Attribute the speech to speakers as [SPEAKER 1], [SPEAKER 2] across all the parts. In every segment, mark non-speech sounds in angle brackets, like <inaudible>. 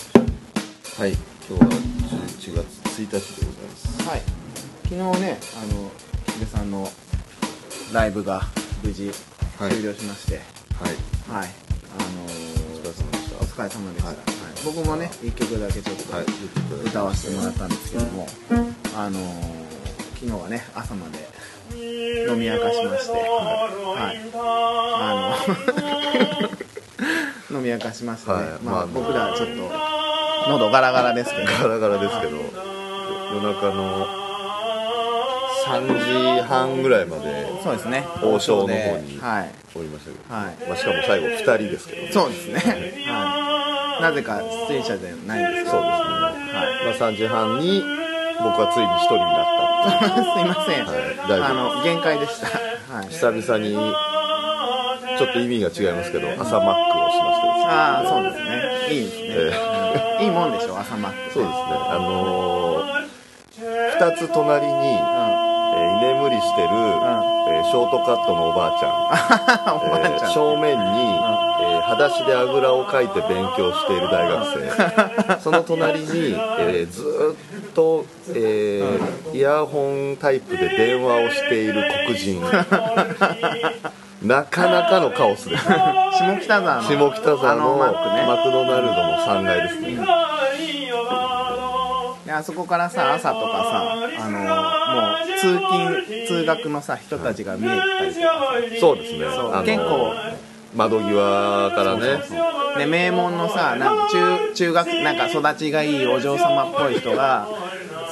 [SPEAKER 1] はい、今日は11月1日でございます。
[SPEAKER 2] はい昨日ねあのヒデさんのライブが無事
[SPEAKER 1] はい
[SPEAKER 2] 終了しまして
[SPEAKER 1] はい、
[SPEAKER 2] はい、あの
[SPEAKER 1] お疲
[SPEAKER 2] ー
[SPEAKER 1] れ様でし
[SPEAKER 2] お疲れ様でした、
[SPEAKER 1] はい。
[SPEAKER 2] はい僕もね1曲だけちょった
[SPEAKER 1] はい、
[SPEAKER 2] と歌わせてもらったんですけども、あのー昨日はね朝まで
[SPEAKER 3] 飲み明かしまして、はい、
[SPEAKER 2] <laughs> 飲み明かしましてね、
[SPEAKER 1] はい
[SPEAKER 2] まあ、
[SPEAKER 1] まあ
[SPEAKER 2] 僕らちょっと
[SPEAKER 3] あの、喉
[SPEAKER 2] 喉ガラガラですけど
[SPEAKER 1] ガラガラですけど、夜中の3時半ぐらいまで
[SPEAKER 2] そうですね
[SPEAKER 1] 王将の方に
[SPEAKER 2] はい
[SPEAKER 1] おりましたけど、
[SPEAKER 2] はい
[SPEAKER 1] まあ、しかも最後2人ですけど、
[SPEAKER 2] そうですね、はい、なぜか出演者じゃないんですけど
[SPEAKER 1] そ
[SPEAKER 2] は
[SPEAKER 1] うですね
[SPEAKER 2] い <laughs>
[SPEAKER 1] まあ、3時半に僕はついに1人になったっ
[SPEAKER 2] すいません、
[SPEAKER 1] はい大丈夫
[SPEAKER 2] あの限界でした、はい、
[SPEAKER 1] ていう久々にちょっと意味が違いますけど朝マックをしました
[SPEAKER 2] ああそうですねいいですね、
[SPEAKER 1] え
[SPEAKER 2] うんいいもんでしょ朝マック
[SPEAKER 1] そうですねあのー、2つ隣に、
[SPEAKER 2] うん
[SPEAKER 1] えー居眠りしてる、えーショートカットのおばあちゃん
[SPEAKER 2] あ <laughs> おばあち
[SPEAKER 1] え
[SPEAKER 2] ゃ
[SPEAKER 1] ー
[SPEAKER 2] ん、
[SPEAKER 1] 正面に、えー裸足であぐらをかいて勉強している大学
[SPEAKER 2] <laughs>
[SPEAKER 1] 生その隣に、えーずーっと、えーイヤホンタイプで電話をしている黒
[SPEAKER 2] <laughs>
[SPEAKER 1] <laughs> 人なかなかのカオスです
[SPEAKER 2] 下北沢の
[SPEAKER 1] 下北沢
[SPEAKER 2] あの
[SPEAKER 1] の
[SPEAKER 2] マ
[SPEAKER 1] マ
[SPEAKER 2] ックね
[SPEAKER 1] クドナルドの3階ですね
[SPEAKER 2] であそこからさ朝とかさあのもう通勤通学のさ人たちが見えたりとか
[SPEAKER 1] そうですね
[SPEAKER 2] そう
[SPEAKER 1] あの
[SPEAKER 2] 結構
[SPEAKER 1] 窓際からね
[SPEAKER 2] で名門のさなんか中中学なんか育ちがいいお嬢様っぽい人が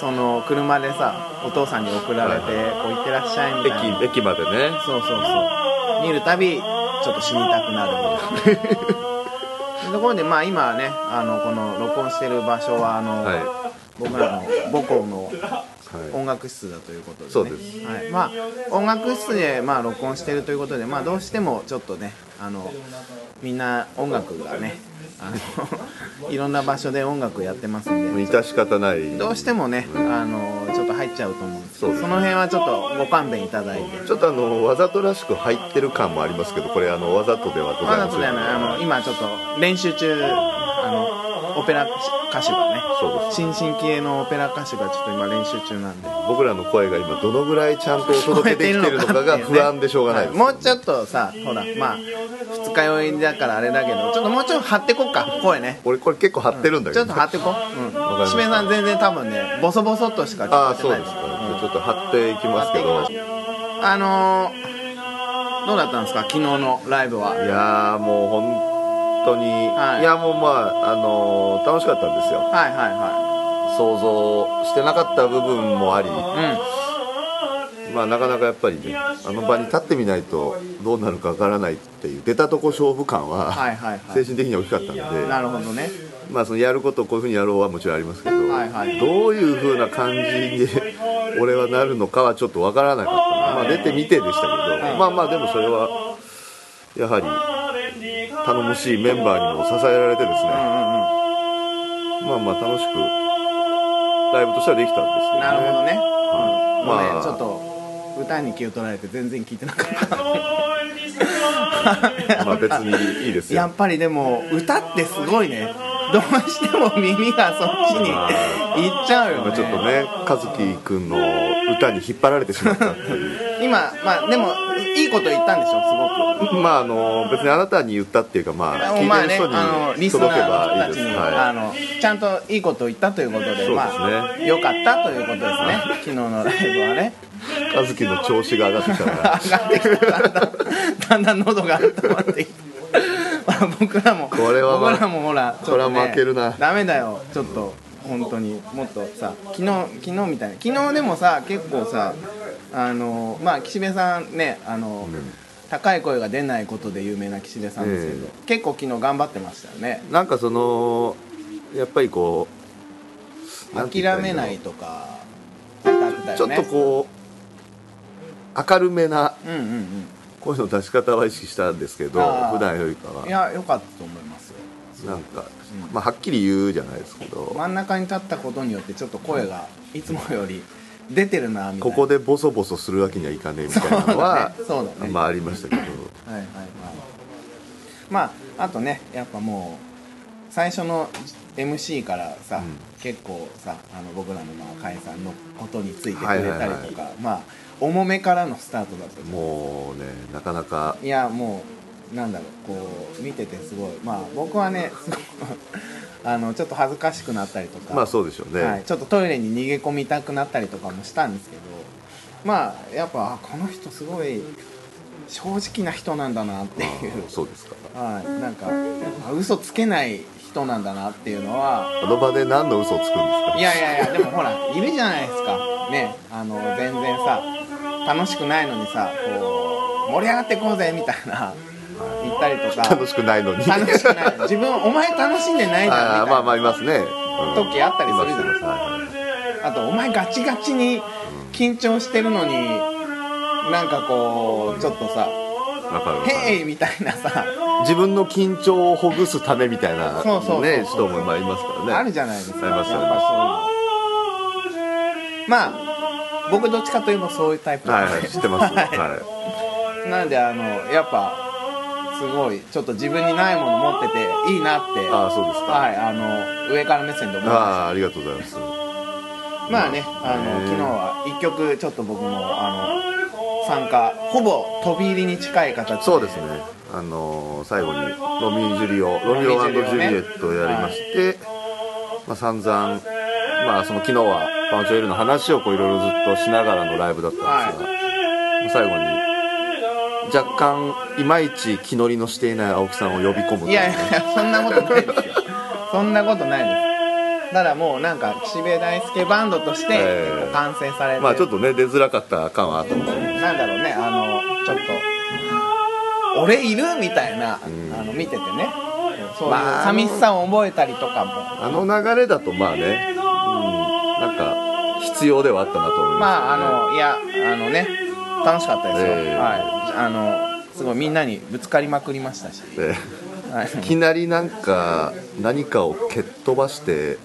[SPEAKER 2] その車でさお父さんに送られてこう行ってらっしゃいみたいな
[SPEAKER 1] 駅駅までね
[SPEAKER 2] そうそうそう見るたびちょっと死にたくな <laughs> るみたいなところでまあ今はねあのこの録音してる場所はあの、
[SPEAKER 1] はい、
[SPEAKER 2] 僕らの母校の
[SPEAKER 1] は
[SPEAKER 2] 音楽室だということで、ね、
[SPEAKER 1] そうです
[SPEAKER 2] はい、まあ音楽室でまあ録音してるということでまあどうしてもちょっとねあのみんな音楽がねあの <laughs> いろんな場所で音楽やってますん
[SPEAKER 1] い
[SPEAKER 2] で
[SPEAKER 1] 致し方ない
[SPEAKER 2] どうしてもねあのちょっと入っちゃうと思うんですけど
[SPEAKER 1] そうです
[SPEAKER 2] その辺はちょっとご勘弁いただいて
[SPEAKER 1] ちょっとあのわざとらしく入ってる感もありますけどこれあのわざとではござ
[SPEAKER 2] わ
[SPEAKER 1] い
[SPEAKER 2] ざ
[SPEAKER 1] ません
[SPEAKER 2] とではないあの今ちょっと練習中あのオペラ歌手がね
[SPEAKER 1] そうです
[SPEAKER 2] 新進気鋭のオペラ歌手がちょっと今練習中なんで
[SPEAKER 1] 僕らの声が今どのぐらいちゃんとお届けできてるのかが不安でしょうがないです
[SPEAKER 2] もうちょっとさほらまあ二日酔いだからあれだけどちょっともうちょっと張ってこっか声ね
[SPEAKER 1] 俺これ結構張ってるんだけ
[SPEAKER 2] ちょ
[SPEAKER 1] ど
[SPEAKER 2] っと張ってこ
[SPEAKER 1] かり
[SPEAKER 2] う
[SPEAKER 1] ま
[SPEAKER 2] ん
[SPEAKER 1] した
[SPEAKER 2] しめさん全然多分ねボソボソっとしか聞
[SPEAKER 1] ああ
[SPEAKER 2] こえて
[SPEAKER 1] そう
[SPEAKER 2] ない
[SPEAKER 1] ですかじゃあちょっと張っていきますけ
[SPEAKER 2] 張っ
[SPEAKER 1] ど
[SPEAKER 2] ていきあのー、どうだったんですか昨日のライブはい
[SPEAKER 1] やーもう本当に、
[SPEAKER 2] はい
[SPEAKER 1] い、やもうまああのー楽しかったんですよ
[SPEAKER 2] はいはいは
[SPEAKER 1] 想像してなかった部分もあり
[SPEAKER 2] いうん
[SPEAKER 1] まあなかなかやっぱりねあの場に立ってみないとどうなるかわからないっていう出たとこ勝負感は、
[SPEAKER 2] はいはいは
[SPEAKER 1] 精
[SPEAKER 2] い
[SPEAKER 1] 神的には大きかったんで
[SPEAKER 2] なるほどね
[SPEAKER 1] まあ、そのやることをこういうふうにやろうはもちろんありますけど、
[SPEAKER 2] はいはい
[SPEAKER 1] どういうふうな感じに俺はなるのかはちょっとわからなかった、まあ、出てみてでしたけど、まあまあでもそれはやはり頼もしい <laughs> メンバーにも支えられてです
[SPEAKER 2] うん
[SPEAKER 1] ね、
[SPEAKER 2] うんうん
[SPEAKER 1] まあまあ楽しくライブとしてはできたんですけど、ね、
[SPEAKER 2] なるほどね、
[SPEAKER 1] はい
[SPEAKER 2] ごめん
[SPEAKER 1] まあ
[SPEAKER 2] ちょっと歌に気を取られて全然聞いてなかった
[SPEAKER 1] まあ別にいいです
[SPEAKER 2] や
[SPEAKER 1] よ
[SPEAKER 2] っぱりでも歌ってすごいねどうしても耳がそっちに行っちゃうよ
[SPEAKER 1] まあ
[SPEAKER 2] ね
[SPEAKER 1] ちょっとね和樹君の歌に引っ張られてしまったっ
[SPEAKER 2] <laughs>
[SPEAKER 1] ていう
[SPEAKER 2] 今まあでもいいこと言ったんでしょすごく
[SPEAKER 1] まああの別にあなたに言ったっていうかまあ聞い
[SPEAKER 2] まあ
[SPEAKER 1] てる人
[SPEAKER 2] あのリ
[SPEAKER 1] に
[SPEAKER 2] スナ
[SPEAKER 1] 届け
[SPEAKER 2] ー
[SPEAKER 1] ば
[SPEAKER 2] の
[SPEAKER 1] い
[SPEAKER 2] 人た
[SPEAKER 1] い
[SPEAKER 2] ち
[SPEAKER 1] です
[SPEAKER 2] に、
[SPEAKER 1] はい
[SPEAKER 2] あのちゃんといいことを言ったということで
[SPEAKER 1] ね
[SPEAKER 2] まあ良かったということですね昨日のライブはね
[SPEAKER 1] 和樹の調子が上がってきたから
[SPEAKER 2] <laughs> 上がってきただんだん <laughs> だんだん喉が温まって <laughs> きたほら僕らも
[SPEAKER 1] これはまあ
[SPEAKER 2] 僕らもほらちょっと
[SPEAKER 1] これは負けるな
[SPEAKER 2] ダメだよちょっと本当にもっとさ昨日昨日みたいな昨日でもさ結構さあのまあ岸辺さんねあの、高い声が出ないことで有名な岸辺さんですけど、
[SPEAKER 1] え
[SPEAKER 2] 結構昨日頑張ってましたよね
[SPEAKER 1] なんかそのやっぱりこうなん
[SPEAKER 2] 諦
[SPEAKER 1] て言ったら
[SPEAKER 2] め
[SPEAKER 1] いいの
[SPEAKER 2] ないとかだった
[SPEAKER 1] ち
[SPEAKER 2] よ
[SPEAKER 1] ょっ
[SPEAKER 2] ね
[SPEAKER 1] とこう明るめな
[SPEAKER 2] うんうん
[SPEAKER 1] 声の出し方は意識したんですけど
[SPEAKER 2] あー
[SPEAKER 1] 普段よりか
[SPEAKER 2] う
[SPEAKER 1] は
[SPEAKER 2] んいや良かったと思いますよ
[SPEAKER 1] なんか、まあ、はっきり言うじゃないですけど、
[SPEAKER 2] 真ん中に立ったことによってちょっと声がいつもより出てるなみたい
[SPEAKER 1] こ
[SPEAKER 2] な
[SPEAKER 1] こでボソボソするわけにはいかねえみたいなのは、
[SPEAKER 2] そうだねそうだね
[SPEAKER 1] まあありましたけど
[SPEAKER 2] はいはいはいまああとねやっぱもう最初の MC からさ、
[SPEAKER 1] うん
[SPEAKER 2] 結構さあの僕らのまあ加谷さんのことについてく
[SPEAKER 1] はい
[SPEAKER 2] れ
[SPEAKER 1] はいは
[SPEAKER 2] た
[SPEAKER 1] い
[SPEAKER 2] りとか、まあ重めからのスタートだったじゃん
[SPEAKER 1] もうねなかなか
[SPEAKER 2] いやもうなんだろうこう見ててすごいまあ僕はねすごくあのちょっと恥ずかしくなったりとか、
[SPEAKER 1] まあそうでしょうね、
[SPEAKER 2] はい、ちょっとトイレに逃げ込みたくなったりとかもしたんですけどまあやっぱあこの人すごい正直な人なんだなっていう
[SPEAKER 1] あーそうですか
[SPEAKER 2] はい、なんかあ嘘つけない人なんだなっていうのは
[SPEAKER 1] あの場で何の嘘をつくんですか
[SPEAKER 2] いやいやいやでもほらいるじゃないですかねあの全然さ楽しくないのにさこう盛り上がってこうぜみたいな言ったりとか
[SPEAKER 1] 楽しくないのに
[SPEAKER 2] 楽しくない自分お前楽しんでないじ
[SPEAKER 1] あ
[SPEAKER 2] ゃん
[SPEAKER 1] あ
[SPEAKER 2] みた
[SPEAKER 1] まあ
[SPEAKER 2] い
[SPEAKER 1] ま
[SPEAKER 2] な
[SPEAKER 1] あいますね、
[SPEAKER 2] 時あったりするじゃん
[SPEAKER 1] いますいますはい
[SPEAKER 2] あとお前ガチガチに緊張してるのになんかこうちょっとさ
[SPEAKER 1] わかる
[SPEAKER 2] 「
[SPEAKER 1] わかる
[SPEAKER 2] へい!」みたいなさ
[SPEAKER 1] 自分の緊張をほぐすためみたい
[SPEAKER 2] そ
[SPEAKER 1] な
[SPEAKER 2] うそうそう
[SPEAKER 1] ね人もまあいますからね
[SPEAKER 2] あるじゃないですか
[SPEAKER 1] ありますよね
[SPEAKER 2] やっぱそういうのまあ僕どっちかといえばそういうタイプ
[SPEAKER 1] は
[SPEAKER 2] ないんで
[SPEAKER 1] はい知ってま
[SPEAKER 2] <laughs>
[SPEAKER 1] す
[SPEAKER 2] は
[SPEAKER 1] はいい、
[SPEAKER 2] なんであのやっぱすごいちょっと自分にないもの持ってていいなって
[SPEAKER 1] ああそうですか、
[SPEAKER 2] はいあの上から目線で思い
[SPEAKER 1] あ
[SPEAKER 2] ま
[SPEAKER 1] あありがとうございます
[SPEAKER 2] したまあねあの
[SPEAKER 1] ね
[SPEAKER 2] 昨日は一曲ちょっと僕もあの参加ほぼ飛び入りに近い形で
[SPEAKER 1] そうですねあのー最後にロミー・ジュリオロミオジュリエットをやりまして、まあ、散々まあその昨日はパンチョエルの話をこういろいろずっとしながらのライブだったんですが、最後に若干いまいち気乗りのしていない青木さんを呼び込むとう
[SPEAKER 2] いやいやいやそんなことないですよそんなことないですただもうなんか岸辺大輔バンドとして
[SPEAKER 1] ええ
[SPEAKER 2] 結構完成されて、
[SPEAKER 1] まあちょっとね出づらかった感はあったんですけど
[SPEAKER 2] なんだろうねあのちょっと俺いるみたいな、あの見ててねそういう
[SPEAKER 1] まあ
[SPEAKER 2] 寂しさを覚えたりとかも
[SPEAKER 1] あの流れだとまあね、うん、なんか必要ではあったなと思います、ね、
[SPEAKER 2] まああのいやあのね楽しかったですよ、
[SPEAKER 1] ええ
[SPEAKER 2] はいあのすごいみんなにぶつかりまくりましたし、
[SPEAKER 1] え
[SPEAKER 2] はい
[SPEAKER 1] いきなりなんか何かを蹴っ飛ばして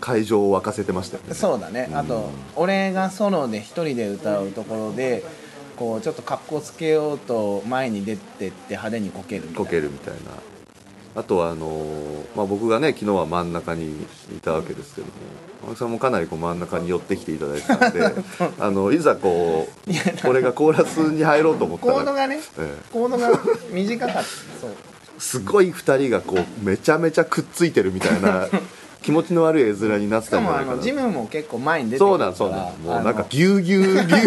[SPEAKER 1] 会場を沸かせてましたよね
[SPEAKER 2] そうだねあと俺がソロで一人で歌うところでこうちょっと格好つけようと前に出てって派手にこけるみたい
[SPEAKER 1] こ
[SPEAKER 2] な
[SPEAKER 1] けるみたいなあとはあのーまあ、僕がね昨日は真ん中にいたわけですけども青木さんもかなりこう真ん中に寄ってきていただいてたん
[SPEAKER 2] <laughs>
[SPEAKER 1] であのいざこう俺がコーラスに入ろうと思った
[SPEAKER 2] コード
[SPEAKER 1] ら
[SPEAKER 2] がね、
[SPEAKER 1] え
[SPEAKER 2] コードが短か
[SPEAKER 1] <laughs>
[SPEAKER 2] ったそう
[SPEAKER 1] すごい2人がこうめちゃめちゃくっついてるみた
[SPEAKER 2] <laughs>
[SPEAKER 1] いな気持ちの悪い絵面になって
[SPEAKER 2] しか
[SPEAKER 1] たんじゃ
[SPEAKER 2] もあ
[SPEAKER 1] ないか
[SPEAKER 2] の
[SPEAKER 1] な
[SPEAKER 2] ジムも結構前に出てく
[SPEAKER 1] そう
[SPEAKER 2] るか
[SPEAKER 1] なん
[SPEAKER 2] ら
[SPEAKER 1] そうなんも
[SPEAKER 2] あ
[SPEAKER 1] う
[SPEAKER 2] の
[SPEAKER 1] なんかぎゅうぎゅうぎゅうぎゅ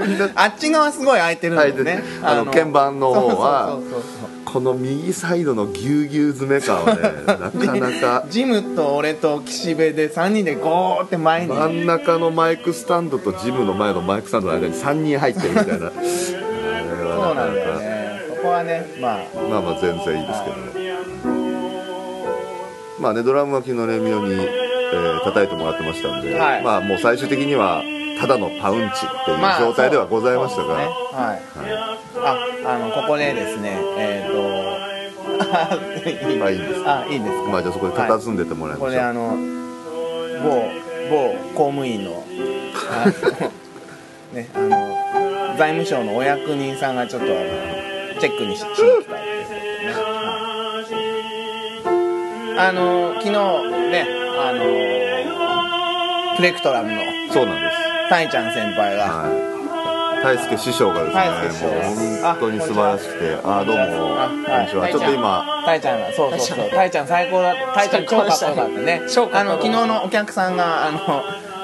[SPEAKER 1] うになって
[SPEAKER 2] あっち側すごい空いてるんだよ
[SPEAKER 1] 空い
[SPEAKER 2] ね
[SPEAKER 1] てるあの鍵盤の方は
[SPEAKER 2] そうそうそうそう
[SPEAKER 1] この右サイドのぎゅうぎゅう詰め感
[SPEAKER 2] <laughs>
[SPEAKER 1] はねなかなか
[SPEAKER 2] ジムと俺と岸辺で3人でゴーって前に
[SPEAKER 1] 真ん中のマイクスタンドとジムの前のマイクスタンドの間に3人入ってるみたいなあれ
[SPEAKER 2] そ
[SPEAKER 1] は
[SPEAKER 2] うなんだよ
[SPEAKER 1] なかな
[SPEAKER 2] ねそこはねまあ
[SPEAKER 1] かまあまあ全然いいですけどまあねドラムは昨日レミオに、えー叩いてもらってましたんで、
[SPEAKER 2] はい
[SPEAKER 1] まあもう最終的にはただのパウンチっていう
[SPEAKER 2] まあ
[SPEAKER 1] 状態ではございましたが、
[SPEAKER 2] そうですねはい、ああのここでですねえっ、と
[SPEAKER 1] まあいいんです
[SPEAKER 2] あいいですか
[SPEAKER 1] まあじゃあそこで
[SPEAKER 2] はい
[SPEAKER 1] 佇んでてもらいま
[SPEAKER 2] こ
[SPEAKER 1] しょう、
[SPEAKER 2] れあの某某公務員のあのねあの財務省のお役人さんがちょっとあのチェックにししに来たっていうことでね、はいあの昨日ねあのプレクトラムの
[SPEAKER 1] そうなんです
[SPEAKER 2] タイちゃん先輩が、
[SPEAKER 1] はい。大輔師匠が
[SPEAKER 2] 大輔
[SPEAKER 1] で
[SPEAKER 2] 師
[SPEAKER 1] す
[SPEAKER 2] 匠
[SPEAKER 1] ね、も
[SPEAKER 2] です
[SPEAKER 1] う本当に素晴らしくて、あーどうも、
[SPEAKER 2] あ
[SPEAKER 1] こんに
[SPEAKER 2] はい
[SPEAKER 1] ちは。ちょっと今、
[SPEAKER 2] タイちゃんがそうそうそうタイちゃん最高だったタイちゃん超かっこよかったね
[SPEAKER 4] 超か
[SPEAKER 2] あ
[SPEAKER 4] っこ
[SPEAKER 2] の昨
[SPEAKER 4] よかった
[SPEAKER 2] 日のお客さんがあの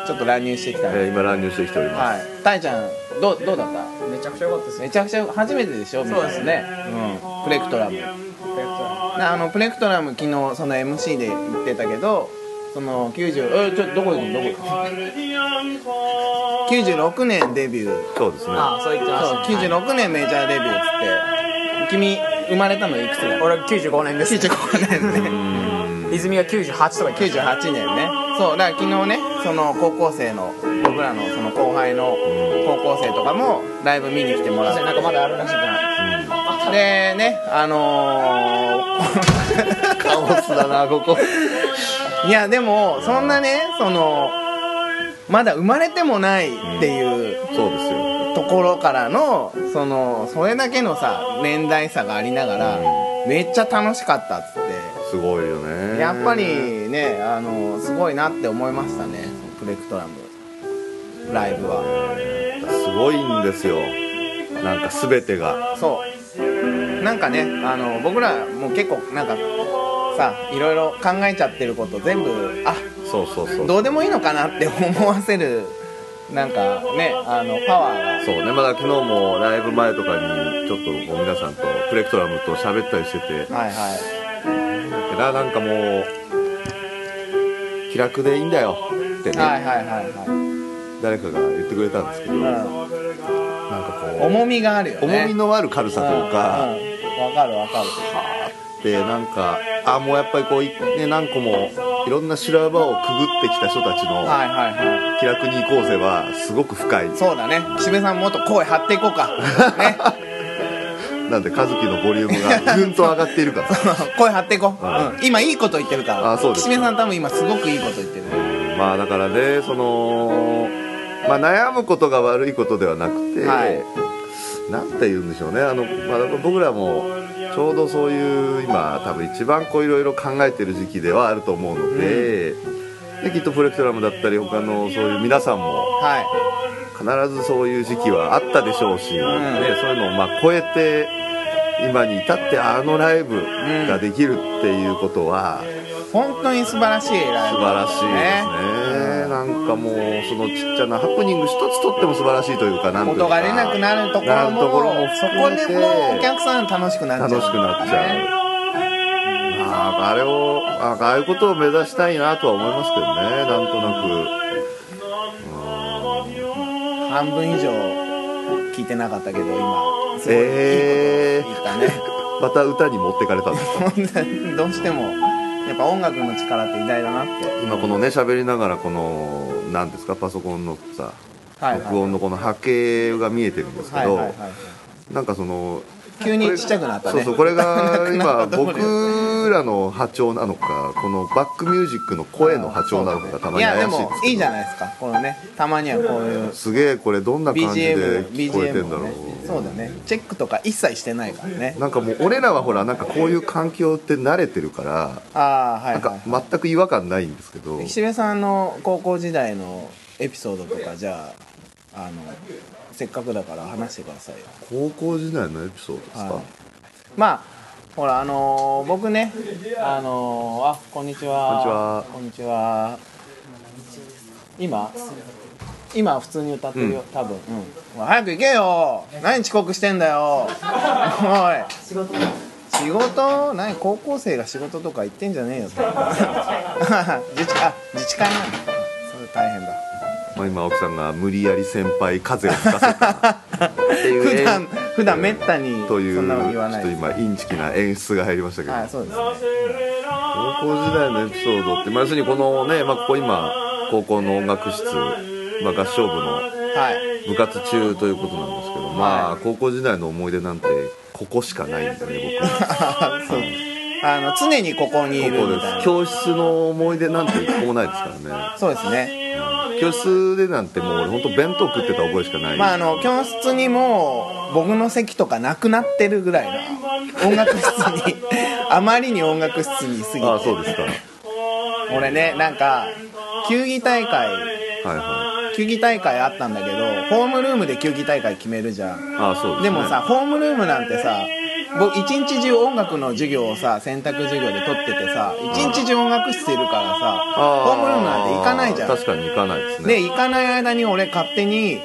[SPEAKER 2] ちょっと乱入してきた
[SPEAKER 1] え
[SPEAKER 2] んで
[SPEAKER 1] ー今乱入してきております。
[SPEAKER 2] はいタイちゃんどうどうだった
[SPEAKER 4] めちゃくちゃ良かったですね。
[SPEAKER 2] めちゃくちゃ初めてでしょみたいなねうんプレクトラムなあのプレクトラム昨日その MC で言ってたけどその90えちょっとどこ行くのどこ行くの96年デビュー
[SPEAKER 1] そうですね。
[SPEAKER 4] ああ、そう言ってまし
[SPEAKER 2] そ
[SPEAKER 4] た
[SPEAKER 2] う
[SPEAKER 4] ね。
[SPEAKER 2] 96年メジャーデビューっつって君生まれたのいくつだ
[SPEAKER 4] 俺95年です。
[SPEAKER 2] 95年ね
[SPEAKER 4] 泉が98とか言ってました。
[SPEAKER 2] 98年ねそうだから昨日ねその高校生の僕らのその後輩の高校生とかもライブ見に来てもらって
[SPEAKER 4] なんかまだあるらしいから。
[SPEAKER 2] でねあのー、 <laughs>
[SPEAKER 1] カオスだな、ここ。
[SPEAKER 2] いやでもそんなねそのまだ生まれてもないっていう
[SPEAKER 1] そうですよ。
[SPEAKER 2] ところからのそのそれだけのさ年代差がありながらめっちゃ楽しかったっつって
[SPEAKER 1] すごいよね。
[SPEAKER 2] やっぱりねねあのすごいなって思いましたねプレクトラムライブは
[SPEAKER 1] すごいんですよなんか全てが
[SPEAKER 2] そうなんかねあの僕らもう結構なんかさいろいろ考えちゃってること全部あ
[SPEAKER 1] そうそうそう
[SPEAKER 2] どうでもいいのかなって <laughs> 思わせるなんかねあのパワーが
[SPEAKER 1] そうねまだ昨日もライブ前とかにちょっとこう皆さんとプレクトラムと喋ったりしてて
[SPEAKER 2] はいはい
[SPEAKER 1] ななんかもう気楽でいいんだよってね、
[SPEAKER 2] はいはいはいは
[SPEAKER 1] 誰かが言ってくれたんですけど、なんか
[SPEAKER 2] い、うん、
[SPEAKER 1] こう
[SPEAKER 2] 重みがあるよね
[SPEAKER 1] 重みのある軽さという
[SPEAKER 2] うん
[SPEAKER 1] か、
[SPEAKER 2] うんわかるわかる
[SPEAKER 1] でなんかあもうやっぱりこう、いね、何個もいろんな修羅場をくぐってきた人たちの
[SPEAKER 2] はいはいはい
[SPEAKER 1] 気楽に行こうぜはすごく深い
[SPEAKER 2] そうだね岸辺さんもっと声張っていこうかね
[SPEAKER 1] なんで和樹のボリュームがぐんと上がってい
[SPEAKER 2] <laughs>
[SPEAKER 1] るから
[SPEAKER 2] 声張っていこう、
[SPEAKER 1] は
[SPEAKER 2] う
[SPEAKER 1] い
[SPEAKER 2] ん今いいこと言ってるから
[SPEAKER 1] あそうです
[SPEAKER 2] 岸辺さん多分今すごくいいこと言ってる
[SPEAKER 1] まあだからねその、まあ、悩むことが悪いことではなくて、
[SPEAKER 2] はい
[SPEAKER 1] なんて言うんでしょうねあの、まあ、僕らもちょうどそういう今多分一番こういろいろ考えてる時期ではあると思うので,、できっとプレクトラムだったり他のそういう皆さんも
[SPEAKER 2] はい
[SPEAKER 1] 必ずそういう時期はあったでしょうし、ね、そういうのをまあ超えて今に至ってあのライブができるっていうことは、
[SPEAKER 2] 本当に素晴らしいライ
[SPEAKER 1] 素
[SPEAKER 2] ブ
[SPEAKER 1] 晴らしいですね
[SPEAKER 2] ね
[SPEAKER 1] なんかもうそのちっちゃなハプニング一つとっても素晴らしいというかなんという
[SPEAKER 2] 音
[SPEAKER 1] か
[SPEAKER 2] が出なくなるとこ
[SPEAKER 1] な
[SPEAKER 2] ろ
[SPEAKER 1] る
[SPEAKER 2] も
[SPEAKER 1] ところも
[SPEAKER 2] そ
[SPEAKER 1] 含
[SPEAKER 2] こ
[SPEAKER 1] めて
[SPEAKER 2] でもうお客さん楽しくなっ
[SPEAKER 1] 楽
[SPEAKER 2] ちゃう
[SPEAKER 1] しくなっちゃう、
[SPEAKER 2] ね
[SPEAKER 1] まああれをあああいうことを目指したいなとは思いますけどねなんとなく
[SPEAKER 2] 半分以上聞いてなかったけど今すごいいい
[SPEAKER 1] え
[SPEAKER 2] こと言ったね、
[SPEAKER 1] ー、また歌に持ってかれたんです
[SPEAKER 2] 本当にどうしてもやっぱ音楽の力って偉大だなって
[SPEAKER 1] 今このね喋りながらこの何ですかパソコンのさ
[SPEAKER 2] はい
[SPEAKER 1] 録音のこの波形が見えてるんですけ
[SPEAKER 2] はいはい
[SPEAKER 1] ど、
[SPEAKER 2] はいはい
[SPEAKER 1] なんかその
[SPEAKER 2] 急にちっちゃくなったね
[SPEAKER 1] そうそうこれが
[SPEAKER 2] <laughs> なく
[SPEAKER 1] 今
[SPEAKER 2] なった
[SPEAKER 1] 僕らの波長なのかこのバックミュージックの声の波長なのかたまに
[SPEAKER 2] いやで
[SPEAKER 1] 怪しい
[SPEAKER 2] も
[SPEAKER 1] です
[SPEAKER 2] い
[SPEAKER 1] け
[SPEAKER 2] い
[SPEAKER 1] ど
[SPEAKER 2] じゃないですかこのねたまにはこういう
[SPEAKER 1] すげえこれどんな感じで
[SPEAKER 2] BGM
[SPEAKER 1] 聞こえて
[SPEAKER 2] BGM
[SPEAKER 1] んだ
[SPEAKER 2] を
[SPEAKER 1] ろ
[SPEAKER 2] ね
[SPEAKER 1] う
[SPEAKER 2] そうだねチェックとか一切してないからね
[SPEAKER 1] なんかもう俺らはほらなんかこういう環境って慣れてるから
[SPEAKER 2] ああはい
[SPEAKER 1] なん
[SPEAKER 2] は
[SPEAKER 1] か
[SPEAKER 2] い
[SPEAKER 1] 全く違和感ないんですけど
[SPEAKER 2] 岸辺さんの高校時代のエピソードとかじゃああのせっかくだから話してくださいよ
[SPEAKER 1] 高校時代のエピソードですか
[SPEAKER 2] はいまあほらあのー僕ねあのーあこんにちはこんにちは今今普通に歌ってるよ、多分、うん、早く行けよ何遅刻してんだよおい仕事仕事何高校生が仕事とか行ってんじゃねえよ <laughs> 自治会あ自治会なんだそれ大変だ
[SPEAKER 1] まあ今奥さんが無理やり先輩風を吹かせたっていう
[SPEAKER 2] <laughs> 普段
[SPEAKER 1] 演
[SPEAKER 2] 普段めったにそ
[SPEAKER 1] というん
[SPEAKER 2] なの言わ
[SPEAKER 1] ちょ
[SPEAKER 2] な
[SPEAKER 1] っ
[SPEAKER 2] い
[SPEAKER 1] と
[SPEAKER 2] です
[SPEAKER 1] 今インチキな演出が入りましたけど
[SPEAKER 2] はいそうです
[SPEAKER 1] 高校時代のエピソードって、まあ、要するにこのね、まあ、ここ今高校の音楽室、まあ、合唱部の
[SPEAKER 2] はい
[SPEAKER 1] 部活中ということなんですけど、まあ高校時代の思い出なんてここしかないんでね僕は
[SPEAKER 2] そうあの常にここにい
[SPEAKER 1] こ
[SPEAKER 2] る
[SPEAKER 1] こ
[SPEAKER 2] み
[SPEAKER 1] で
[SPEAKER 2] たい
[SPEAKER 1] す
[SPEAKER 2] な
[SPEAKER 1] 教室の思い出なんて一個もないですから
[SPEAKER 2] そうですね
[SPEAKER 1] ね教室でなんてもう俺本当弁当食ってた覚えしかない、
[SPEAKER 2] まああの教室にもう僕の席とかなくなってるぐらいな音楽室にあまりに音楽室にいすぎ
[SPEAKER 1] ああ
[SPEAKER 2] て
[SPEAKER 1] そうですかはい
[SPEAKER 2] 俺ねなんか球技大会
[SPEAKER 1] はい
[SPEAKER 2] 球技大会あったんだけどホームルームで球技大会決めるじゃん
[SPEAKER 1] ああそうです、ね、
[SPEAKER 2] でもさホームルームなんてさ僕一日中音楽の授業をさ選択授業で取っててさ一日中音楽室いるからさ
[SPEAKER 1] ああ
[SPEAKER 2] ホームルームなんて行かないじゃん
[SPEAKER 1] 確かに行かないですね
[SPEAKER 2] で行かない間に俺勝手に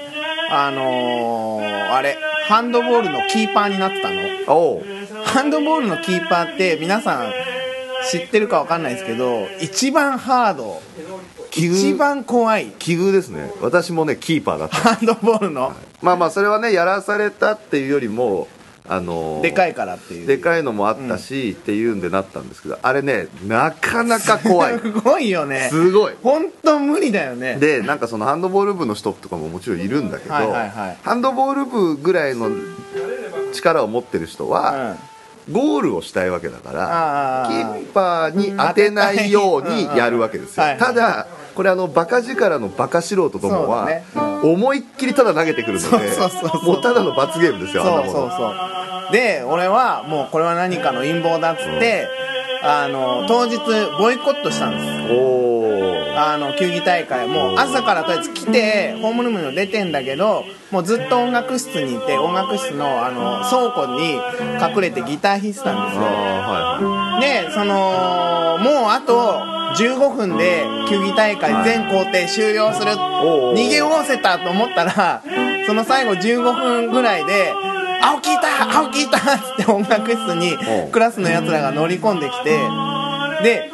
[SPEAKER 2] あのーあれハンドボールのキーパーになってたの
[SPEAKER 1] おう
[SPEAKER 2] ハンドボールのキーパーって皆さん知ってるかわかんないですけど一番ハード
[SPEAKER 1] 奇
[SPEAKER 2] 一
[SPEAKER 1] 遇
[SPEAKER 2] 番怖い
[SPEAKER 1] 奇遇ですね私もねキーパーだった
[SPEAKER 2] ハンドボールの
[SPEAKER 1] まあまあそれはねやらされたっていうよりもあの
[SPEAKER 2] でかいか
[SPEAKER 1] か
[SPEAKER 2] らっていう
[SPEAKER 1] でかいのもあったし、っていうんでなったんですけどあれねなかなか怖い
[SPEAKER 2] すごいよ <laughs> ね
[SPEAKER 1] すごい
[SPEAKER 2] 本当無理だよね
[SPEAKER 1] でなんかそのハンドボール部の人とかももちろんいるんだけど、
[SPEAKER 2] はいはいはい
[SPEAKER 1] ハンドボール部ぐらいの力を持ってる人は、ゴールをしたいわけだから
[SPEAKER 2] あ
[SPEAKER 1] キ
[SPEAKER 2] ー
[SPEAKER 1] ーパーに当てないようにやるわけですよ、
[SPEAKER 2] うんうん
[SPEAKER 1] ただこれあのバカ力のバカ素人どもは、
[SPEAKER 2] そうだね
[SPEAKER 1] 思いっきりただ投げてくるので
[SPEAKER 2] そうそうそうそう
[SPEAKER 1] もうただの罰ゲームですよあん
[SPEAKER 2] そ
[SPEAKER 1] な
[SPEAKER 2] う
[SPEAKER 1] もの
[SPEAKER 2] そうそうで俺はもうこれは何かの陰謀だっつって、あの当日ボイコットしたんです
[SPEAKER 1] おー
[SPEAKER 2] あの球技大会もう朝からとりあえず来てホームルームにも出てんだけどもうずっと音楽室にいて音楽室のあの倉庫に隠れてギター弾いてたんです
[SPEAKER 1] あー
[SPEAKER 2] よ
[SPEAKER 1] はいはい
[SPEAKER 2] でそのもうあと15分で球技大会全工程終了する
[SPEAKER 1] おうおう
[SPEAKER 2] 逃げおろせたと思ったらその最後15分ぐらいで「青木いた青木いた!」っ <laughs> つって音楽室に
[SPEAKER 1] おう
[SPEAKER 2] クラスのやつらが乗り込んできてで引っ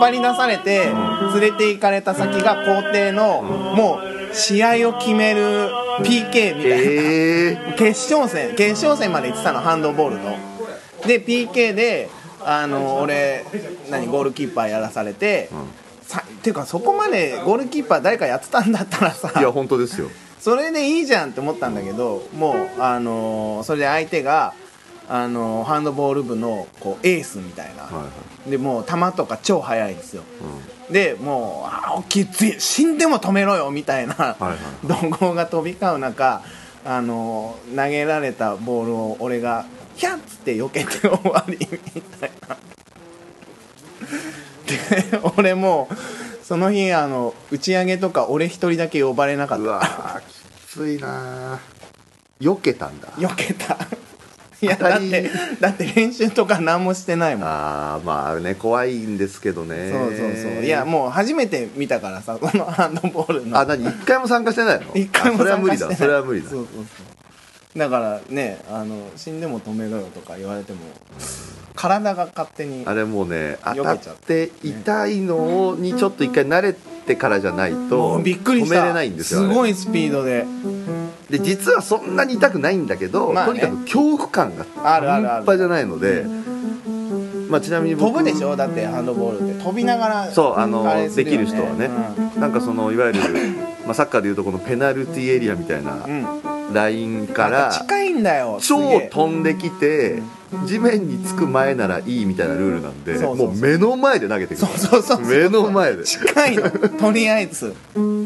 [SPEAKER 2] 張り出されて連れて行かれた先が校庭のもう試合を決める PK みたいな。
[SPEAKER 1] えー
[SPEAKER 2] 決勝戦決勝戦まで行ってたのハンドボールので PK であの俺何ゴールキーパーやらされて、さっていうかそこまでゴールキーパー誰かやってたんだったらさ
[SPEAKER 1] いや本当ですよ
[SPEAKER 2] それでいいじゃんって思ったんだけどもうあのーそれで相手があのーハンドボール部のこうエースみたいな、
[SPEAKER 1] は
[SPEAKER 2] でもう球とか超速いんですよ、でもう「あ青木ぜ死んでも止めろよ」みたいな
[SPEAKER 1] はい
[SPEAKER 2] 怒号が飛び交う中あのー投げられたボールを俺が「ヒャッ!」つって避けて終わりみたいな。で俺もうその日あの打ち上げとか俺一人だけ呼ばれなかった
[SPEAKER 1] うわーきついなー避けたんだ
[SPEAKER 2] 避けたいや
[SPEAKER 1] 当
[SPEAKER 2] だ
[SPEAKER 1] た
[SPEAKER 2] っ
[SPEAKER 1] り
[SPEAKER 2] てだって練習とか何もしてないもん、
[SPEAKER 1] あーまあね怖いんですけどね
[SPEAKER 2] そうそうそういやもう初めて見たからさ <laughs> このハンドボールの
[SPEAKER 1] あ何一回も参加してないの
[SPEAKER 2] 一回も
[SPEAKER 1] あそれは無
[SPEAKER 2] 参加してない
[SPEAKER 1] 理だそれは無理だ
[SPEAKER 2] そうそうそうだからねあの死んでも止めろよとか言われても体が勝手に
[SPEAKER 1] あれもうね当た
[SPEAKER 2] 避け
[SPEAKER 1] っ
[SPEAKER 2] ちゃう
[SPEAKER 1] て痛いのにちょっと一回慣れてからじゃない
[SPEAKER 2] も
[SPEAKER 1] と
[SPEAKER 2] うびっくりした
[SPEAKER 1] 止めれないんですよあれ
[SPEAKER 2] ごいスピードで
[SPEAKER 1] で実はそんなに痛くないんだけど、
[SPEAKER 2] まあね
[SPEAKER 1] とにかく恐怖感が
[SPEAKER 2] あるあるある
[SPEAKER 1] 半端じゃないので、まあ、ちなみに
[SPEAKER 2] 飛
[SPEAKER 1] 僕
[SPEAKER 2] ぶでしょだってハンドボールって飛びながら
[SPEAKER 1] そうあの
[SPEAKER 2] あれす
[SPEAKER 1] で
[SPEAKER 2] よ
[SPEAKER 1] きる人はね、なんかそのいわゆる、まあ、サッカーでいうとこのペナルティーエリアみたいな
[SPEAKER 2] うん、うん
[SPEAKER 1] ラインか
[SPEAKER 2] なん
[SPEAKER 1] ら
[SPEAKER 2] 近いんだよすげ
[SPEAKER 1] 超
[SPEAKER 2] え
[SPEAKER 1] 飛んできて地面につく前ならいいみたいなルールなんで
[SPEAKER 2] そうそうそう
[SPEAKER 1] もう目の前で投げてくる
[SPEAKER 2] そうそうそうそう
[SPEAKER 1] 目の前で
[SPEAKER 2] 近いのとりあえず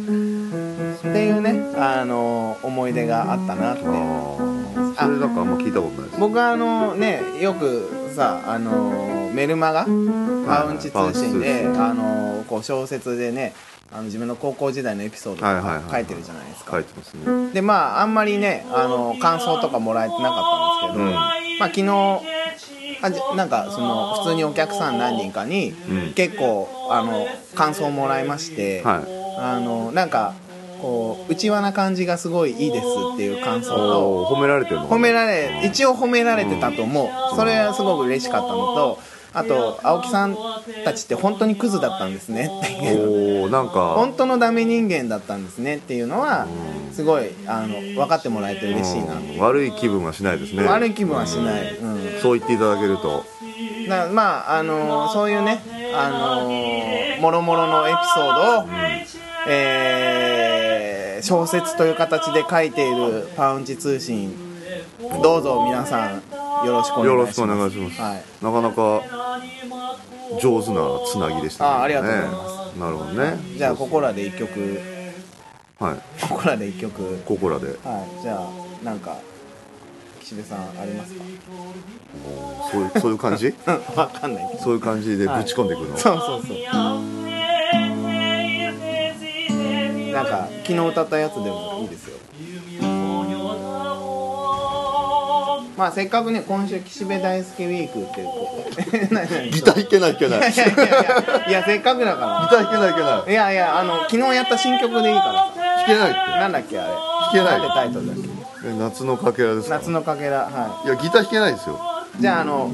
[SPEAKER 2] っていうねあの思い出があったなって
[SPEAKER 1] あーそれなんかあんま聞いたことないです
[SPEAKER 2] 僕はあのねよくさあのメルマガパウンチ通信
[SPEAKER 1] パウンチ
[SPEAKER 2] で
[SPEAKER 1] 通信
[SPEAKER 2] あのこう小説でねあの自分の高校時代のエピソードと
[SPEAKER 1] はいはいは
[SPEAKER 2] か
[SPEAKER 1] いはい
[SPEAKER 2] 書いてるじゃないですか
[SPEAKER 1] 書いてますね
[SPEAKER 2] でまああんまりねあの感想とかもらえてなかったんですけど、
[SPEAKER 1] うん
[SPEAKER 2] まあ昨日あじなんかその普通にお客さん何人かに
[SPEAKER 1] うん
[SPEAKER 2] 結構あの感想もらいまして、
[SPEAKER 1] はい
[SPEAKER 2] あのなんかこう内輪な感じがすごいいいですっていう感想と
[SPEAKER 1] おー褒められてるのか
[SPEAKER 2] 褒
[SPEAKER 1] な
[SPEAKER 2] められ一応褒められてたと思うそれはすごく嬉しかったのとあと青木さんたちって本当にクズだったんですね <laughs> っていう
[SPEAKER 1] おおなんか
[SPEAKER 2] 本当のダメ人間だったんですねっていうのはすごいあの分かってもらえて嬉しいな
[SPEAKER 1] うん悪い気分はしないですね
[SPEAKER 2] 悪い気分はしない、うん、
[SPEAKER 1] そう言っていただけると
[SPEAKER 2] だからまああのそういうねあのもろもろのエピソードを、えー小説という形で書いているパウンチ通信どうぞ皆さんよろしくお
[SPEAKER 1] よ
[SPEAKER 2] 願
[SPEAKER 1] ろ
[SPEAKER 2] い
[SPEAKER 1] し
[SPEAKER 2] し
[SPEAKER 1] くお願
[SPEAKER 2] ま
[SPEAKER 1] い
[SPEAKER 2] す
[SPEAKER 1] します、
[SPEAKER 2] はい、
[SPEAKER 1] なかなか上手なつなぎでしたね
[SPEAKER 2] あーありがとうございま
[SPEAKER 1] なるほどね
[SPEAKER 2] じゃあここらで一曲
[SPEAKER 1] はい
[SPEAKER 2] ここらで一曲
[SPEAKER 1] ここらで
[SPEAKER 2] はいじゃあなんか岸辺さんありますか
[SPEAKER 1] そういう <laughs> そういう感じ
[SPEAKER 2] うん分かんないけど
[SPEAKER 1] そういう感じでぶち込んでいくの、
[SPEAKER 2] そうそうそうなんか昨日歌ったやつでもいいですよまあせっかくね今週岸辺大輔ウィークっていうことで何何
[SPEAKER 1] ギターいけないいけない
[SPEAKER 2] いやいやい <laughs> やいやせっかくだか
[SPEAKER 1] ギターいけないいけな
[SPEAKER 2] ら
[SPEAKER 1] い
[SPEAKER 2] いやいやあの昨日やった新曲でいいからさ
[SPEAKER 1] 弾けないって
[SPEAKER 2] なんだっけあれ弾
[SPEAKER 1] けない
[SPEAKER 2] んてタイトルだっけ
[SPEAKER 1] え夏のかけらですか
[SPEAKER 2] 夏のかけらはい
[SPEAKER 1] やギター弾けないですよ
[SPEAKER 2] いじゃああの